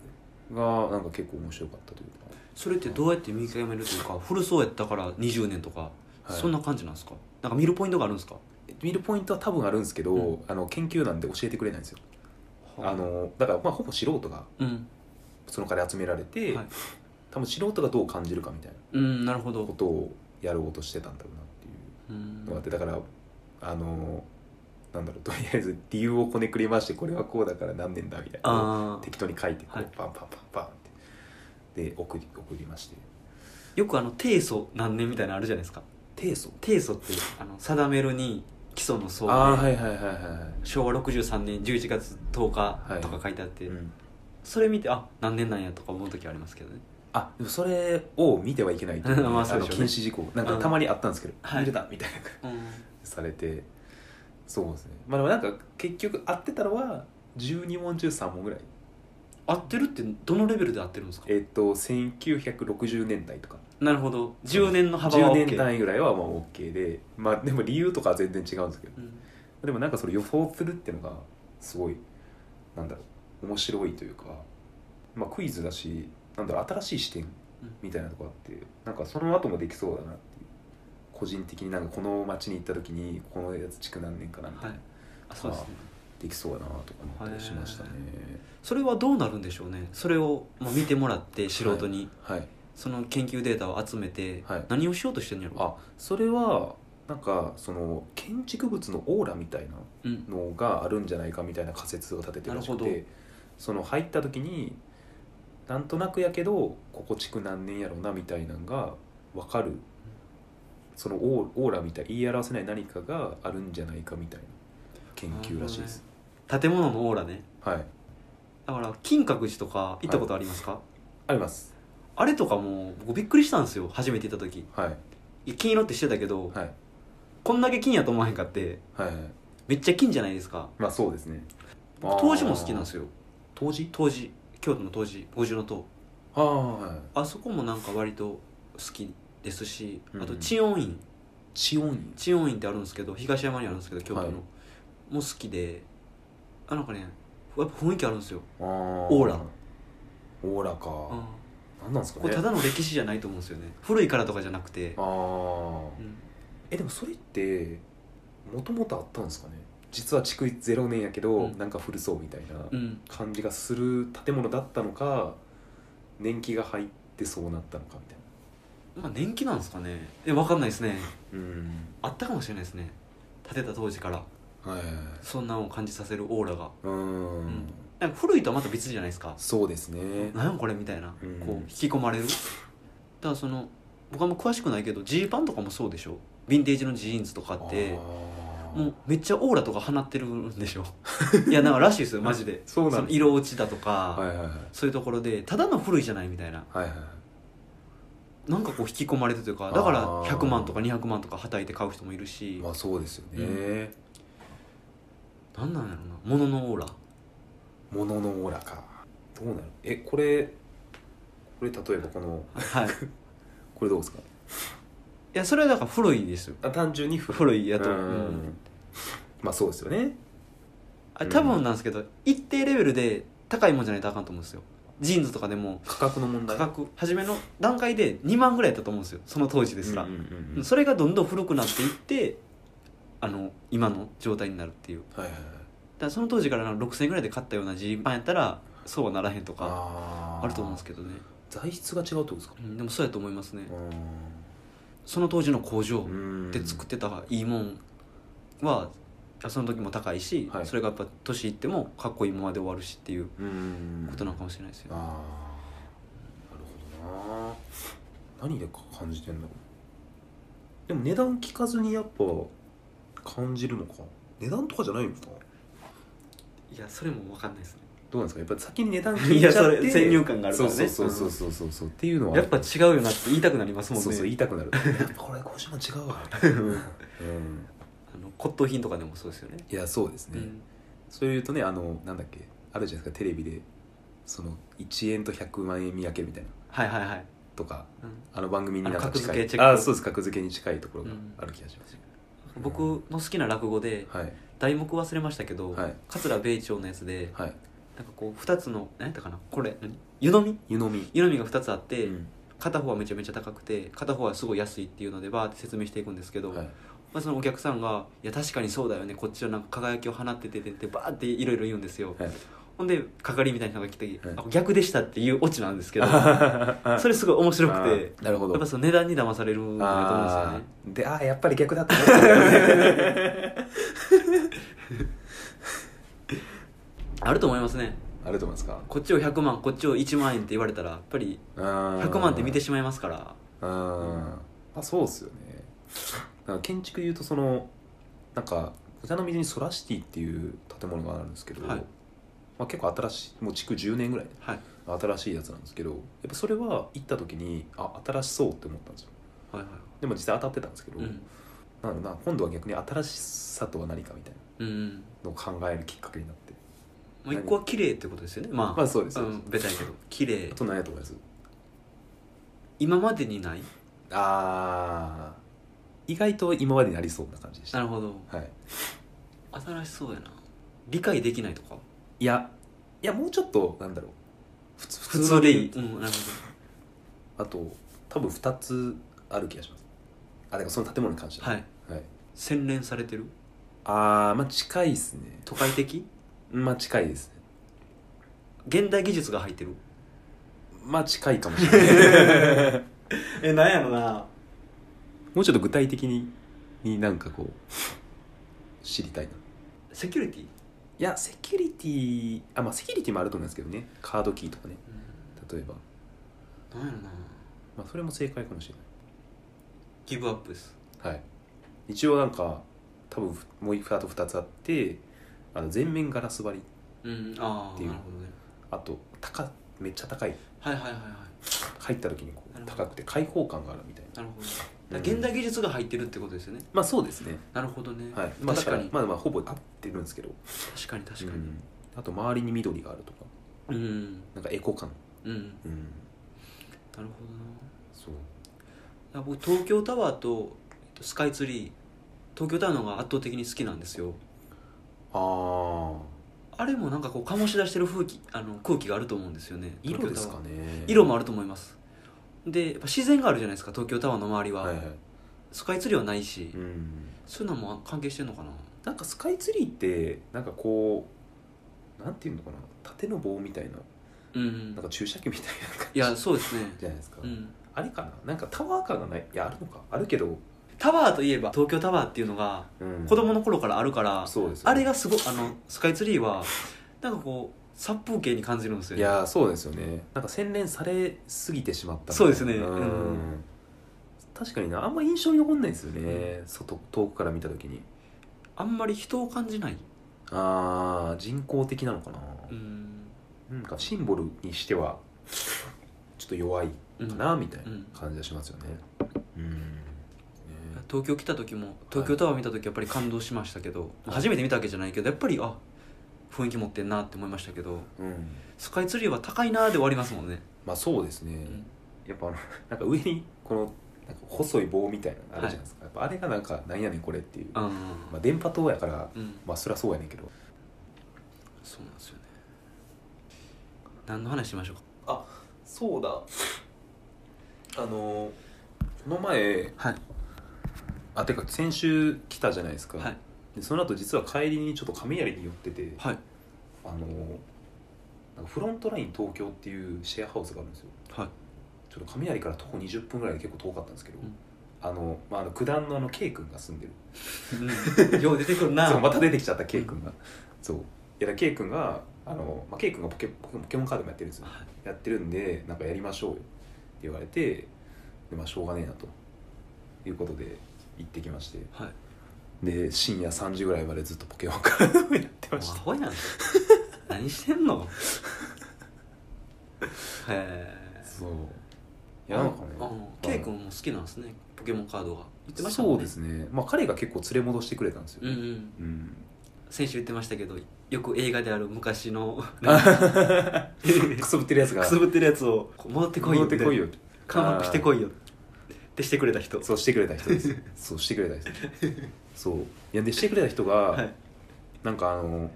Speaker 1: がなんか結構面白かったというか、
Speaker 2: それってどうやって見極めるというか古そうやったから20年とか、
Speaker 1: はい
Speaker 2: そんな感じなんですかなんか見るポイントがあるんですか
Speaker 1: 見るポイントは多分あるんですけど、
Speaker 2: う
Speaker 1: あの研究なんで教えてくれないんですよ、あのだからまあほぼ素人が
Speaker 2: うん
Speaker 1: そのから集められて、
Speaker 2: はい
Speaker 1: 多分素人がどう感じるかみたいな
Speaker 2: うんなるほ
Speaker 1: こ
Speaker 2: ど
Speaker 1: とをやろうとしてたんだろうなっていう
Speaker 2: うん
Speaker 1: のがあってだからあのなんだろうとりあえず理由をこねくり回してこれはこうだから何年だみたいな
Speaker 2: あー
Speaker 1: 適当に書いてこう
Speaker 2: はい
Speaker 1: パンパンパンパンってで送り送りまして
Speaker 2: よくあの定祖何年みたいなのあるじゃないですか
Speaker 1: 提訴
Speaker 2: 定祖ってあの定めるに基礎の層で、
Speaker 1: ああはいはいはいは
Speaker 2: 昭和63年11月10日とか書いてあっ
Speaker 1: い、
Speaker 2: て、
Speaker 1: うん、
Speaker 2: それ見てあ何年なんやとか思う時ありますけどね
Speaker 1: あでもそれを見てはいけない という
Speaker 2: まあそう
Speaker 1: の
Speaker 2: でしょうね
Speaker 1: 禁止事項なんかたまにあったんですけど
Speaker 2: うんはい
Speaker 1: 見れたみたいな
Speaker 2: うん
Speaker 1: されてそうですねまあでもなんか結局合ってたのは12問中3問ぐらい
Speaker 2: 合ってるってどのレベルで合ってるんですか
Speaker 1: えっと1960年代とか
Speaker 2: なるほど10年の幅は
Speaker 1: 10
Speaker 2: OK
Speaker 1: 年単位ぐらいはまあ OK でまあでも理由とかは全然違うんですけど
Speaker 2: うん
Speaker 1: でもなんかそれ予想するっていうのがすごいなんだろう面白いというか、まあ、クイズだしなんだろう新しい視点みたいなとこあってなんかその後もできそうだなっていう個人的になんかこの町に行った時にこのやつ築何年かなんて、
Speaker 2: はいあそうですね
Speaker 1: できそうだなとか思ったりしましたね。
Speaker 2: それはどうなるんでしょうねそれをまあ見てもらって素人に
Speaker 1: はい、
Speaker 2: その研究データを集めて
Speaker 1: はい
Speaker 2: 何をしようとしてんやろ
Speaker 1: あそれはなんかその建築物のオーラみたいな
Speaker 2: うん
Speaker 1: のがあるんじゃないかみたいな仮説を立ててるらしく
Speaker 2: なるほ
Speaker 1: てその入った時になんとなくやけどここ築何年やろうなみたいなのが分かるそのオーオーラみたい言い表せない何かがあるんじゃないかみたいな研究らしいです、
Speaker 2: 建物のオーラね
Speaker 1: はい
Speaker 2: だから金閣寺とか行ったことありますか、
Speaker 1: あります
Speaker 2: あれとかも僕びっくりしたんですよ初めて行った時
Speaker 1: はい
Speaker 2: いや金色ってしてたけど、
Speaker 1: はい
Speaker 2: こんだけ金やと思わへんかって
Speaker 1: はいはい
Speaker 2: めっちゃ金じゃないですか
Speaker 1: まあそうですね
Speaker 2: 僕東寺も好きなんですよ
Speaker 1: 当時
Speaker 2: 東寺京都の東寺五重の塔
Speaker 1: ああはい
Speaker 2: あそこもなんか割と好きですし
Speaker 1: うん
Speaker 2: あと知恩院
Speaker 1: 知恩院
Speaker 2: 知恩院ってあるんですけど東山にあるんですけど京都の、
Speaker 1: はい
Speaker 2: も好きであなんかねやっぱ雰囲気あるんですよ、
Speaker 1: あー
Speaker 2: オーラ
Speaker 1: オーラか、
Speaker 2: う
Speaker 1: な
Speaker 2: ん
Speaker 1: ん、何なんですか
Speaker 2: こ
Speaker 1: ね
Speaker 2: れただの歴史じゃないと思うんですよね古いからとかじゃなくて
Speaker 1: あ、あ
Speaker 2: うん
Speaker 1: えでもそれってもともとあったんですかね実は築0年やけど、
Speaker 2: うん
Speaker 1: なんか古そうみたいな
Speaker 2: うん、
Speaker 1: 感じがする建物だったのか年季が入ってそうなったのかみたい
Speaker 2: まあ年季なんですかねえ分かんないですね
Speaker 1: なうん
Speaker 2: あったかもしれないですね建てた当時から
Speaker 1: はい
Speaker 2: そんなんを感じさせるオーラが
Speaker 1: うん、
Speaker 2: んなんか古いとはまた別じゃないですか
Speaker 1: そうですね
Speaker 2: 何やこれみたいな、
Speaker 1: うん
Speaker 2: こう引き込まれるだからその僕あんま詳しくないけどジーパンとかもそうでしょヴィンテージのジーンズとかって
Speaker 1: あー
Speaker 2: もうめっちゃオーラとか放ってるん でしょいやなんからしいですよマジで
Speaker 1: そうなん
Speaker 2: の
Speaker 1: です
Speaker 2: 色落ちだとか、
Speaker 1: はいはいはい
Speaker 2: そういうところでただの古いじゃないみたいな
Speaker 1: はいはい
Speaker 2: なんかこう引き込まれてというかだから
Speaker 1: あー
Speaker 2: 100万とか200万とかはたいて買う人もいるし
Speaker 1: まあそうですよね、
Speaker 2: なんなんやろな物のオーラ
Speaker 1: もののオーラかどうなるえこれこれ例えばこの
Speaker 2: はいい
Speaker 1: これどうですか
Speaker 2: やそれはだから古いですよ
Speaker 1: あ単純に
Speaker 2: 古いやと、
Speaker 1: う
Speaker 2: うん
Speaker 1: んまあそうですよね
Speaker 2: あれ多分なんですけど、一定レベルで高いもんじゃないとあかんと思うんですよジーンズとかでも
Speaker 1: 価格の問
Speaker 2: 価
Speaker 1: 題
Speaker 2: 格初めの段階で2万ぐらいだったと思うんですよその当時ですら、
Speaker 1: うんうんうんうん
Speaker 2: それがどんどん古くなっていってあの今の状態になるっていうだ
Speaker 1: はいはいはい
Speaker 2: からその当時からなんか6000円ぐらいで買ったようなジーパンやったらそうはならへんとか
Speaker 1: あー
Speaker 2: あると思うんですけどね、
Speaker 1: 材質が違うってことですか
Speaker 2: うん、でもそうやと思いますねその当時の工場
Speaker 1: うん
Speaker 2: で作ってたいいもんはその時も高いし、
Speaker 1: はい
Speaker 2: それがやっぱ年いってもかっこいいもんまで終わるしっていう
Speaker 1: うん
Speaker 2: ことなのかもしれないですよね
Speaker 1: あーなるほどな何でか感じてんだろうでも値段聞かずにやっぱ感じるのか値段とかじゃないのか
Speaker 2: いやそれも分かんないですね
Speaker 1: どうなんですかやっぱ先に値段聞
Speaker 2: い
Speaker 1: いちゃ
Speaker 2: や
Speaker 1: って
Speaker 2: それ先入観があるか
Speaker 1: そ
Speaker 2: ら
Speaker 1: う
Speaker 2: ね
Speaker 1: そうそうそうそうそうそうっていうの
Speaker 2: うん
Speaker 1: は
Speaker 2: やっぱ違うよなって言いたくなりますもんね
Speaker 1: そうそう言いたくな るやっぱこれ50万違うわ、うん、
Speaker 2: あの骨董品とかでもそうですよね
Speaker 1: いやそうです
Speaker 2: う
Speaker 1: ね、
Speaker 2: ん
Speaker 1: それ言うとねあのなんだっけあるじゃないですかテレビでその1円と100万円見分けみたいな
Speaker 2: はいはいはい、
Speaker 1: とか
Speaker 2: うん
Speaker 1: あの番組になんか
Speaker 2: あの格付
Speaker 1: 近
Speaker 2: け
Speaker 1: い
Speaker 2: チェック
Speaker 1: そうです格付けに近いところがある気がします、
Speaker 2: 僕の好きな落語で
Speaker 1: はい
Speaker 2: 題目忘れましたけど、
Speaker 1: はい
Speaker 2: 桂米朝のやつで
Speaker 1: はい
Speaker 2: なんかこう2つの何やったかなこれ何湯飲み
Speaker 1: 湯飲み、
Speaker 2: 湯飲みが2つあって、
Speaker 1: うん
Speaker 2: 片方はめちゃめちゃ高くて片方はすごい安いっていうのでバーって説明していくんですけど、
Speaker 1: はい、
Speaker 2: まあ、そのお客さんが「いや確かにそうだよねこっちはなんか輝きを放ってて」ってバーっていろいろ言うんですよ、
Speaker 1: はい
Speaker 2: ほんで係みたいな人が来て、あ逆でしたっていうオチなんです けど そ
Speaker 1: れ
Speaker 2: れすごい面白くて
Speaker 1: なるほど
Speaker 2: やっぱその値段に騙されるんだと思うんですよ
Speaker 1: あ
Speaker 2: ね
Speaker 1: ーであーやっぱり逆だった ね
Speaker 2: あると思いますね
Speaker 1: あると思いますか
Speaker 2: こっちを100万こっちを1万円って言われたらやっぱり100
Speaker 1: 100
Speaker 2: 万って見てしまいますから
Speaker 1: うん、まあそうっすよねなんか建築でいうとそのなんか歌の水にソラシティっていう建物があるんですけど、
Speaker 2: はい
Speaker 1: まあ、結構新しいもう築10年ぐらい
Speaker 2: はい
Speaker 1: 新しいやつなんですけどやっぱそれは行った時にあ新しそうって思ったんですよ
Speaker 2: はいは
Speaker 1: でも実際当たってたんですけど、
Speaker 2: いうん
Speaker 1: なのでな今度は逆に新しさとは何かみたい
Speaker 2: うんうん
Speaker 1: なのを考えるきっかけになって
Speaker 2: もう一個は綺麗ってことですよねまあ、
Speaker 1: まあそうです、
Speaker 2: うん、ベタやけど綺麗
Speaker 1: あと何やと思います
Speaker 2: 今までにない
Speaker 1: ああ意外と今までにありそうな感じでし
Speaker 2: な
Speaker 1: た、
Speaker 2: るほど
Speaker 1: はい、
Speaker 2: 新しそうやな理解できないとか
Speaker 1: いやいやもうちょっとなんだろう普通普
Speaker 2: 普
Speaker 1: 通で
Speaker 2: 通で
Speaker 1: い
Speaker 2: い
Speaker 1: い
Speaker 2: いうんなるほ
Speaker 1: あと多分2つある気がしますあだからその建物に関して
Speaker 2: どはい
Speaker 1: はい、
Speaker 2: 洗練されてる
Speaker 1: ああまあ近いですね
Speaker 2: 都会的
Speaker 1: まあ近いですね
Speaker 2: 現代技術が入ってる
Speaker 1: まあ近いかもし れない
Speaker 2: えなんやろな
Speaker 1: もうちょっと具体的にになんかこう知りたいない
Speaker 2: セキュリティ、
Speaker 1: やセキュリティあまあセキュリティもあると思うんですけどねカードキーとかね例えば、
Speaker 2: なんやろな
Speaker 1: まあ、それも正解かもしれない
Speaker 2: ギブアップです
Speaker 1: はい、一応なんか多分もう一あと2つあってあの全面ガラス張り
Speaker 2: うんあ
Speaker 1: っ
Speaker 2: あ
Speaker 1: ていう
Speaker 2: なるほどね
Speaker 1: あと高めっちゃ高い
Speaker 2: はいはいはいはい
Speaker 1: 入った時にこ
Speaker 2: な
Speaker 1: う
Speaker 2: るほど
Speaker 1: 高くて開放感があるみたいな
Speaker 2: なるほどだから現代技術が入ってるってことですよね
Speaker 1: まあそうですね、
Speaker 2: なるほどね、
Speaker 1: はいまあ、だ
Speaker 2: 確
Speaker 1: から
Speaker 2: かに
Speaker 1: まあまあほぼ合ってるんですけど
Speaker 2: 確かに確か
Speaker 1: う
Speaker 2: に
Speaker 1: んあと周りに緑があるとか
Speaker 2: うん
Speaker 1: なんかエコ感、
Speaker 2: うん、
Speaker 1: うん、
Speaker 2: なるほどな
Speaker 1: そう
Speaker 2: あ僕東京タワーとえっとスカイツリー東京タワーの方が圧倒的に好きなんですよ
Speaker 1: ああ
Speaker 2: あれもなんかこう醸し出してる風気あの空気があると思うんですよね東
Speaker 1: 色
Speaker 2: 京
Speaker 1: です
Speaker 2: タ
Speaker 1: か
Speaker 2: ワー
Speaker 1: ね
Speaker 2: 色もあると思いますでやっぱ自然があるじゃないですか東京タワーの周りは、
Speaker 1: はいはい、
Speaker 2: スカイツリーはないし、
Speaker 1: うん、
Speaker 2: そういうのも関係してるのかな
Speaker 1: なんかスカイツリーってなんかこうなんていうのかな縦の棒みたいな
Speaker 2: うんうん
Speaker 1: なんか注射器みたいな感
Speaker 2: いやそうですね
Speaker 1: じじゃないですか、
Speaker 2: うん
Speaker 1: あれかななんかタワー感がないいやあるのかあるけど、
Speaker 2: タワーといえば東京タワーっていうのが
Speaker 1: うん
Speaker 2: 子供の頃からあるから、
Speaker 1: そうですよね
Speaker 2: あれがすごいあのスカイツリーはなんかこう殺風景に感じるんですよ
Speaker 1: い
Speaker 2: ね
Speaker 1: やそうですよねなんか洗練されすぎてしまった
Speaker 2: そうですね
Speaker 1: ん
Speaker 2: うん
Speaker 1: 確かになあんま印象に残んないですよね、外遠くから見た時に
Speaker 2: あんまり人を感じない
Speaker 1: あー人工的なのかな、
Speaker 2: うん
Speaker 1: なんかシンボルにしてはちょっと弱いかな、みたいな感じがしますよねうん、ね
Speaker 2: 東京来た時も東京タワー見た時やっぱり感動しましたけど、
Speaker 1: はい
Speaker 2: 初めて見たわけじゃないけどやっぱりあ雰囲気持ってんなって思いましたけど
Speaker 1: うん
Speaker 2: スカイツリーは高いなーで終わりますもんね、
Speaker 1: まあそうですね、
Speaker 2: うん
Speaker 1: やっぱあの なんか上にこのなんか細い棒みたいなのあるじゃないですか、やっぱあれがなんかなんやねんこれっていう、
Speaker 2: うん
Speaker 1: まあ、電波塔やから
Speaker 2: うん
Speaker 1: まあそりゃそうやねんけど
Speaker 2: そうなんですよね何の話しましょうか
Speaker 1: そうだあのこの前
Speaker 2: はい
Speaker 1: あてか先週来たじゃないですか、
Speaker 2: はい
Speaker 1: でその後実は帰りにちょっと亀有に寄ってて
Speaker 2: はい
Speaker 1: あのなんかフロントライン東京っていうシェアハウスがあるんですよ
Speaker 2: はい
Speaker 1: ちょっと亀有から徒歩20分ぐらいで結構遠かったんですけど、
Speaker 2: うん
Speaker 1: あの、まあ、あの九段のあの K 君が住んでる
Speaker 2: うんよう出てくるな
Speaker 1: そうまた出てき ちゃった K 君が、そういやだから K 君があの、まあ、K 君がポケポケポケモンカードもやってるんですよ
Speaker 2: はい
Speaker 1: やってるんでなんかやりましょうよって言われてでまあしょうがねえなということで行ってきまして
Speaker 2: はい
Speaker 1: で深夜3時ぐらいまでずっとポケモンカードを やって
Speaker 2: ア
Speaker 1: ました
Speaker 2: ホやん何してんのへえ
Speaker 1: そういやなんかね
Speaker 2: あ
Speaker 1: ま
Speaker 2: の
Speaker 1: あ
Speaker 2: K 君も好きなんですねポケモンカードが言ってましたもん
Speaker 1: そうですねまあ彼が結構連れ戻してくれたんですよ、
Speaker 2: うんうん
Speaker 1: うん
Speaker 2: 先週言ってましたけどよく映画である昔の
Speaker 1: くすぶってるやつが
Speaker 2: くすぶってるやつをこう戻ってこいよ
Speaker 1: 戻ってこいよ
Speaker 2: 感覚してこいよってしてくれた人
Speaker 1: そうしてくれた人ですそうしてくれた人そういやでしてくれた人が、
Speaker 2: はい
Speaker 1: なんかあの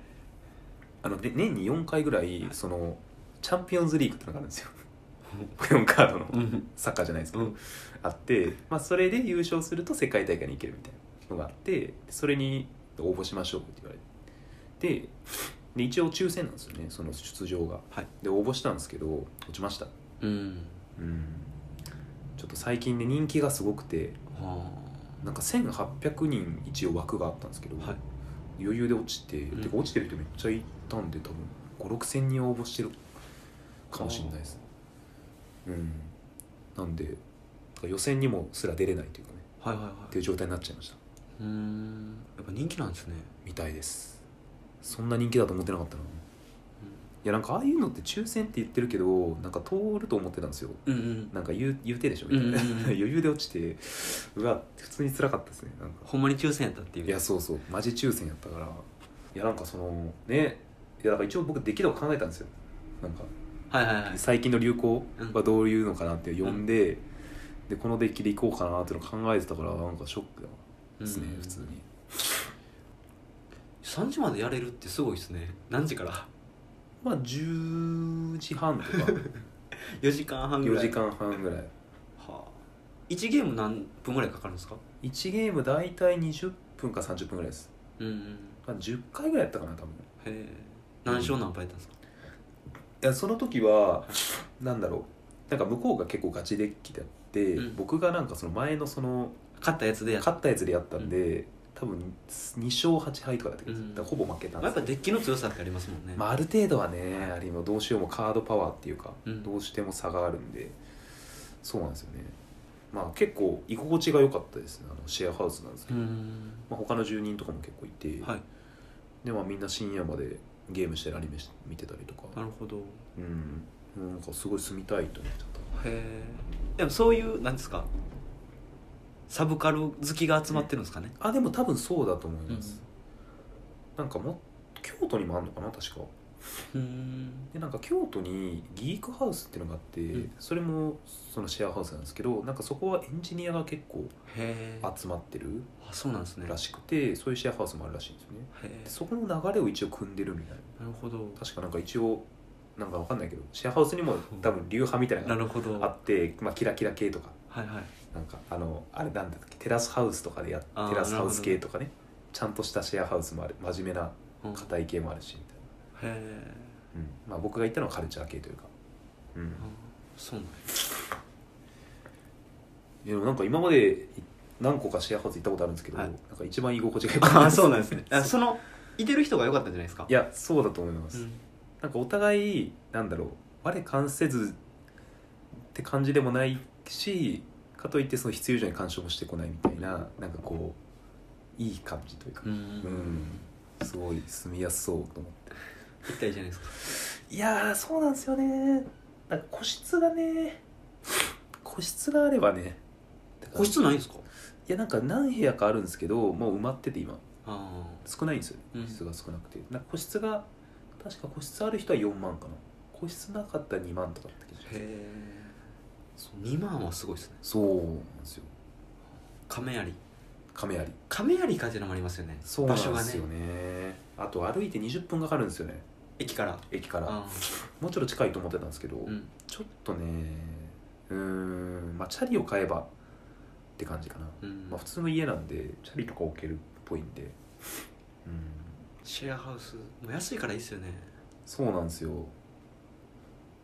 Speaker 1: あので年に4回ぐらいそのチャンピオンズリーグってのがあるんですよポケモンカードの
Speaker 2: うん
Speaker 1: サッカーじゃないですけ
Speaker 2: う
Speaker 1: ど、
Speaker 2: ん
Speaker 1: あって、まあ、それで優勝すると世界大会に行けるみたいなのがあってでそれに応募しましょうって言われてでで一応抽選なんですよねその出場が、
Speaker 2: はい
Speaker 1: で応募したんですけど落ちました
Speaker 2: うん
Speaker 1: うんちょっと最近ね人気がすごくて
Speaker 2: は
Speaker 1: なんか1800人一応枠があったんですけど、
Speaker 2: あはい
Speaker 1: 余裕で落ちて、
Speaker 2: ん
Speaker 1: てか落ちてる人めっちゃいたんで多分56000人応募してるかもしれないですうんなんでだから予選にもすら出れないというかね
Speaker 2: はいはい
Speaker 1: っ
Speaker 2: は
Speaker 1: ていう状態になっちゃいました
Speaker 2: いうーんやっぱ人気なんですね
Speaker 1: みたいですそんな人気だと思ってなかったな、いやなんかああいうのって抽選って言ってるけどなんか通ると思ってたんですよ
Speaker 2: うんうん
Speaker 1: なんか言う言うてでしょみたいな、
Speaker 2: うんうんうん
Speaker 1: 余裕で落ちてうわ普通に辛かったですねなんか
Speaker 2: ほんまに抽選やったっていう
Speaker 1: いやそうそうマジ抽選やったからいやなんかそのねいやだから一応僕できること考えたんですよなんか
Speaker 2: はいはいはい
Speaker 1: 最近の流行はどういうのかなって読んで、でこのデッキで行こうかなっていうの考えてたからなんかショックだ
Speaker 2: う
Speaker 1: で
Speaker 2: ん
Speaker 1: すね、普通に
Speaker 2: 3時までやれるってすごいですね何時から
Speaker 1: まあ10時 半とか
Speaker 2: 4時間半ぐ
Speaker 1: 4
Speaker 2: らい
Speaker 1: 時間半ぐらい
Speaker 2: はあ1ゲーム何分ぐらいかかるんですか
Speaker 1: 1ゲーム大体20分か30分ぐらいです、
Speaker 2: うんうん
Speaker 1: まあ、10回ぐらいやったかな多分
Speaker 2: へえ何勝何敗やったんですか
Speaker 1: いやその時はなんだろうなんか向こうが結構ガチデッキでやって、
Speaker 2: うん
Speaker 1: 僕がなんかその前のその
Speaker 2: 勝ったやつでやった
Speaker 1: 勝ったやつでやったんで、多分2勝8敗とかだったけど、
Speaker 2: うん
Speaker 1: だからほぼ負けたん
Speaker 2: ま
Speaker 1: で
Speaker 2: あやっ
Speaker 1: すよ
Speaker 2: ぱデッキの強さってありますもんね、
Speaker 1: まあ、ある程度はねあれ今どうしようもカードパワーっていうか、
Speaker 2: うん
Speaker 1: どうしても差があるんでそうなんですよねまあ結構居心地が良かったですねあのシェアハウスなんですけ
Speaker 2: う
Speaker 1: ど、
Speaker 2: ん
Speaker 1: まあ、他の住人とかも結構いて、
Speaker 2: はい
Speaker 1: でまあみんな深夜までゲームしたりアニメ見てたりとか
Speaker 2: なるほどへ
Speaker 1: うんなんかすごい住みたいと思っちゃった
Speaker 2: えでもそういう何ですかサブカル好きが集まってるんですかね、
Speaker 1: あでも多分そうだと思います、なんかも京都にもあるのかな確か
Speaker 2: うん
Speaker 1: でなんか京都にギークハウスっていうのがあって、
Speaker 2: うん
Speaker 1: それもそのシェアハウスなんですけどなんかそこはエンジニアが結構
Speaker 2: へえ
Speaker 1: 集まってる
Speaker 2: あそうなんですね
Speaker 1: らしくてそういうシェアハウスもあるらしいんですよね
Speaker 2: へえ
Speaker 1: でそこの流れを一応組んでるみたいな
Speaker 2: なるほど
Speaker 1: 確かなんか一応なんかわかんないけどシェアハウスにも多分流派みたいなの
Speaker 2: な
Speaker 1: が
Speaker 2: るほど
Speaker 1: あって、まあ、キラキラ系とか
Speaker 2: はいはい
Speaker 1: なんかあのあれなんだっけテラスハウスとかでやテ
Speaker 2: あー
Speaker 1: ラスハウス
Speaker 2: な
Speaker 1: 系
Speaker 2: る
Speaker 1: とかねちゃんとしたシェアハウスもある真面目な
Speaker 2: うんへ
Speaker 1: 硬い系もあるしみたい
Speaker 2: え
Speaker 1: な、うんまあ、僕が言ったのはカルチャー系というか、うん、
Speaker 2: そうなんや
Speaker 1: でもなんか今までい何個かシェアハウス行ったことあるんですけど、
Speaker 2: はい
Speaker 1: なんか一番居心地が良か った
Speaker 2: あそうなんですねあ
Speaker 1: そう
Speaker 2: そのいてる人が良かったんじゃないですか
Speaker 1: いやそうだと思います、
Speaker 2: うん
Speaker 1: なんかお互いなんだろう我関せずって感じでもないしかといってその必要以上に干渉もしてこないみたいななんかこういい感じというか、
Speaker 2: うん
Speaker 1: うんすごい住みやすそうと思っ
Speaker 2: 行ったらいいじゃないですか
Speaker 1: ていやーそうなんですよねなんか個室がね個室があればね
Speaker 2: 個室ないんですか
Speaker 1: いやなんか何部屋かあるんですけどもう埋まってて今
Speaker 2: あ
Speaker 1: 少ないんですよね
Speaker 2: うん
Speaker 1: 個室が少なくて、なんか個室が確か個室ある人は4万かな個室なかったら2万とかだったけど
Speaker 2: あへえ2万はすごいですね
Speaker 1: そうなんですよ
Speaker 2: 亀有
Speaker 1: 亀有
Speaker 2: 亀有かっていうのもありますよね
Speaker 1: そうなん
Speaker 2: 場
Speaker 1: で
Speaker 2: 所
Speaker 1: すよ
Speaker 2: がね
Speaker 1: ねあと歩いて20分かかるんですよね
Speaker 2: 駅から
Speaker 1: 駅から
Speaker 2: あ
Speaker 1: もうちょっと近いと思ってたんですけど、
Speaker 2: ーうん
Speaker 1: ちょっとねうーんまあチャリを買えばって感じかな、
Speaker 2: うん
Speaker 1: まあ、普通の家なんでチャリとか置けるっぽいんでうん
Speaker 2: シェアハウスもう安いからいいですよね
Speaker 1: そうなんですよ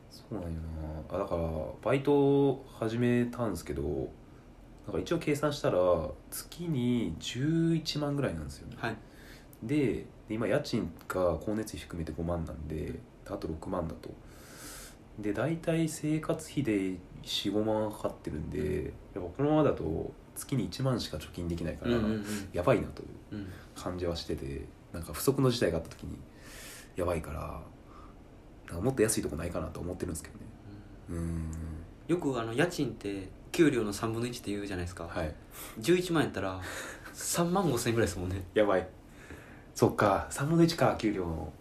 Speaker 1: そうなんよなあだからバイトを始めたんですけどなんか一応計算したら月に11万ぐらいなんですよね
Speaker 2: はい
Speaker 1: でで今家賃が光熱費含めて5万なんであと6万だとで大体生活費で45万かかってるんでやっぱこのままだと月に1万しか貯金できないか
Speaker 2: うん
Speaker 1: ら、
Speaker 2: うんうん
Speaker 1: やばいなという
Speaker 2: うん
Speaker 1: 感じはしててなんか不測の事態があった時にやばいからなんかもっと安いとこないかなと思ってるんですけどねうーん
Speaker 2: よくあの家賃って給料の3分の1って言うじゃないですか、
Speaker 1: はい
Speaker 2: 11万やったら3万5千円ぐらいですもんね
Speaker 1: やばいそっか3分の1か給料の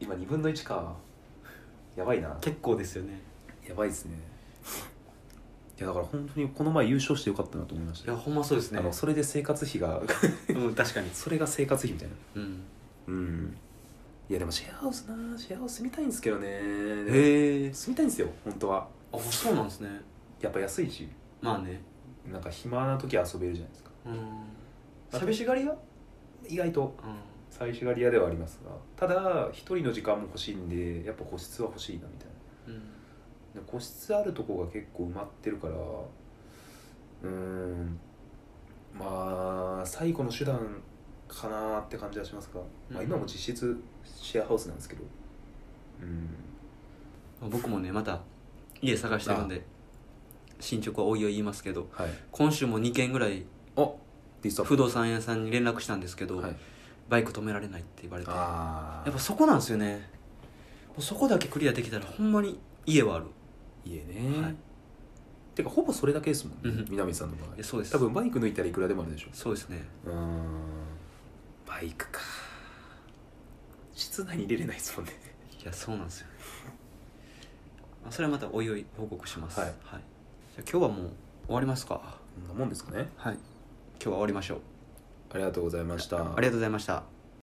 Speaker 1: 今2分の1かやばいな
Speaker 2: 結構ですよね
Speaker 1: やばいですねいやだから本当にこの前優勝してよかったなと思いまし
Speaker 2: い
Speaker 1: た
Speaker 2: やほんまそうですね
Speaker 1: あのそれで生活費が
Speaker 2: うん確かに
Speaker 1: それが生活費みたいな
Speaker 2: うん
Speaker 1: うんいやでもシェアハウスなシェアハウス住みたいんですけどね
Speaker 2: へえ
Speaker 1: 住みたいんですよ本当は
Speaker 2: あそうなんですね
Speaker 1: やっぱ安いし
Speaker 2: まあね
Speaker 1: なんか暇な時遊べるじゃないですか
Speaker 2: うん寂しがり屋うん
Speaker 1: 意外と寂しがり屋ではありますがただ一人の時間も欲しいんでやっぱ個室は欲しいなみたい
Speaker 2: うん
Speaker 1: なで個室あるとこが結構埋まってるからうーんまあ最後の手段かなって感じはしますが、まあ、
Speaker 2: うん
Speaker 1: 今も実質シェアハウスなんですけどうん
Speaker 2: 僕もねまた家探してるんで進捗はおいおい言いますけど
Speaker 1: はい
Speaker 2: 今週も2軒ぐらい
Speaker 1: あリストアッ
Speaker 2: 不動産屋さんに連絡したんですけ
Speaker 1: プ
Speaker 2: ど、
Speaker 1: はい
Speaker 2: バイク止められないって言われてや
Speaker 1: あ
Speaker 2: っ
Speaker 1: あ
Speaker 2: ぱそこなんですよねもうそこだけクリアできたらほんまに家はある
Speaker 1: 家ね、
Speaker 2: はい
Speaker 1: てかほぼそれだけですもん
Speaker 2: う
Speaker 1: ね
Speaker 2: ん
Speaker 1: 南さんの場合
Speaker 2: えそうです
Speaker 1: 多分バイク抜いたらいくらでもあるでしょ
Speaker 2: そうですね
Speaker 1: うーんバイクか室内に入れれないですもんね
Speaker 2: いやそうなんですよねまあそれはまたおいおい報告します
Speaker 1: はい
Speaker 2: じゃあじゃあ今日はもう終わりますか
Speaker 1: こんなもんですかね
Speaker 2: はい今日は終わりましょう
Speaker 1: ありがとうございました
Speaker 2: ありがとうございました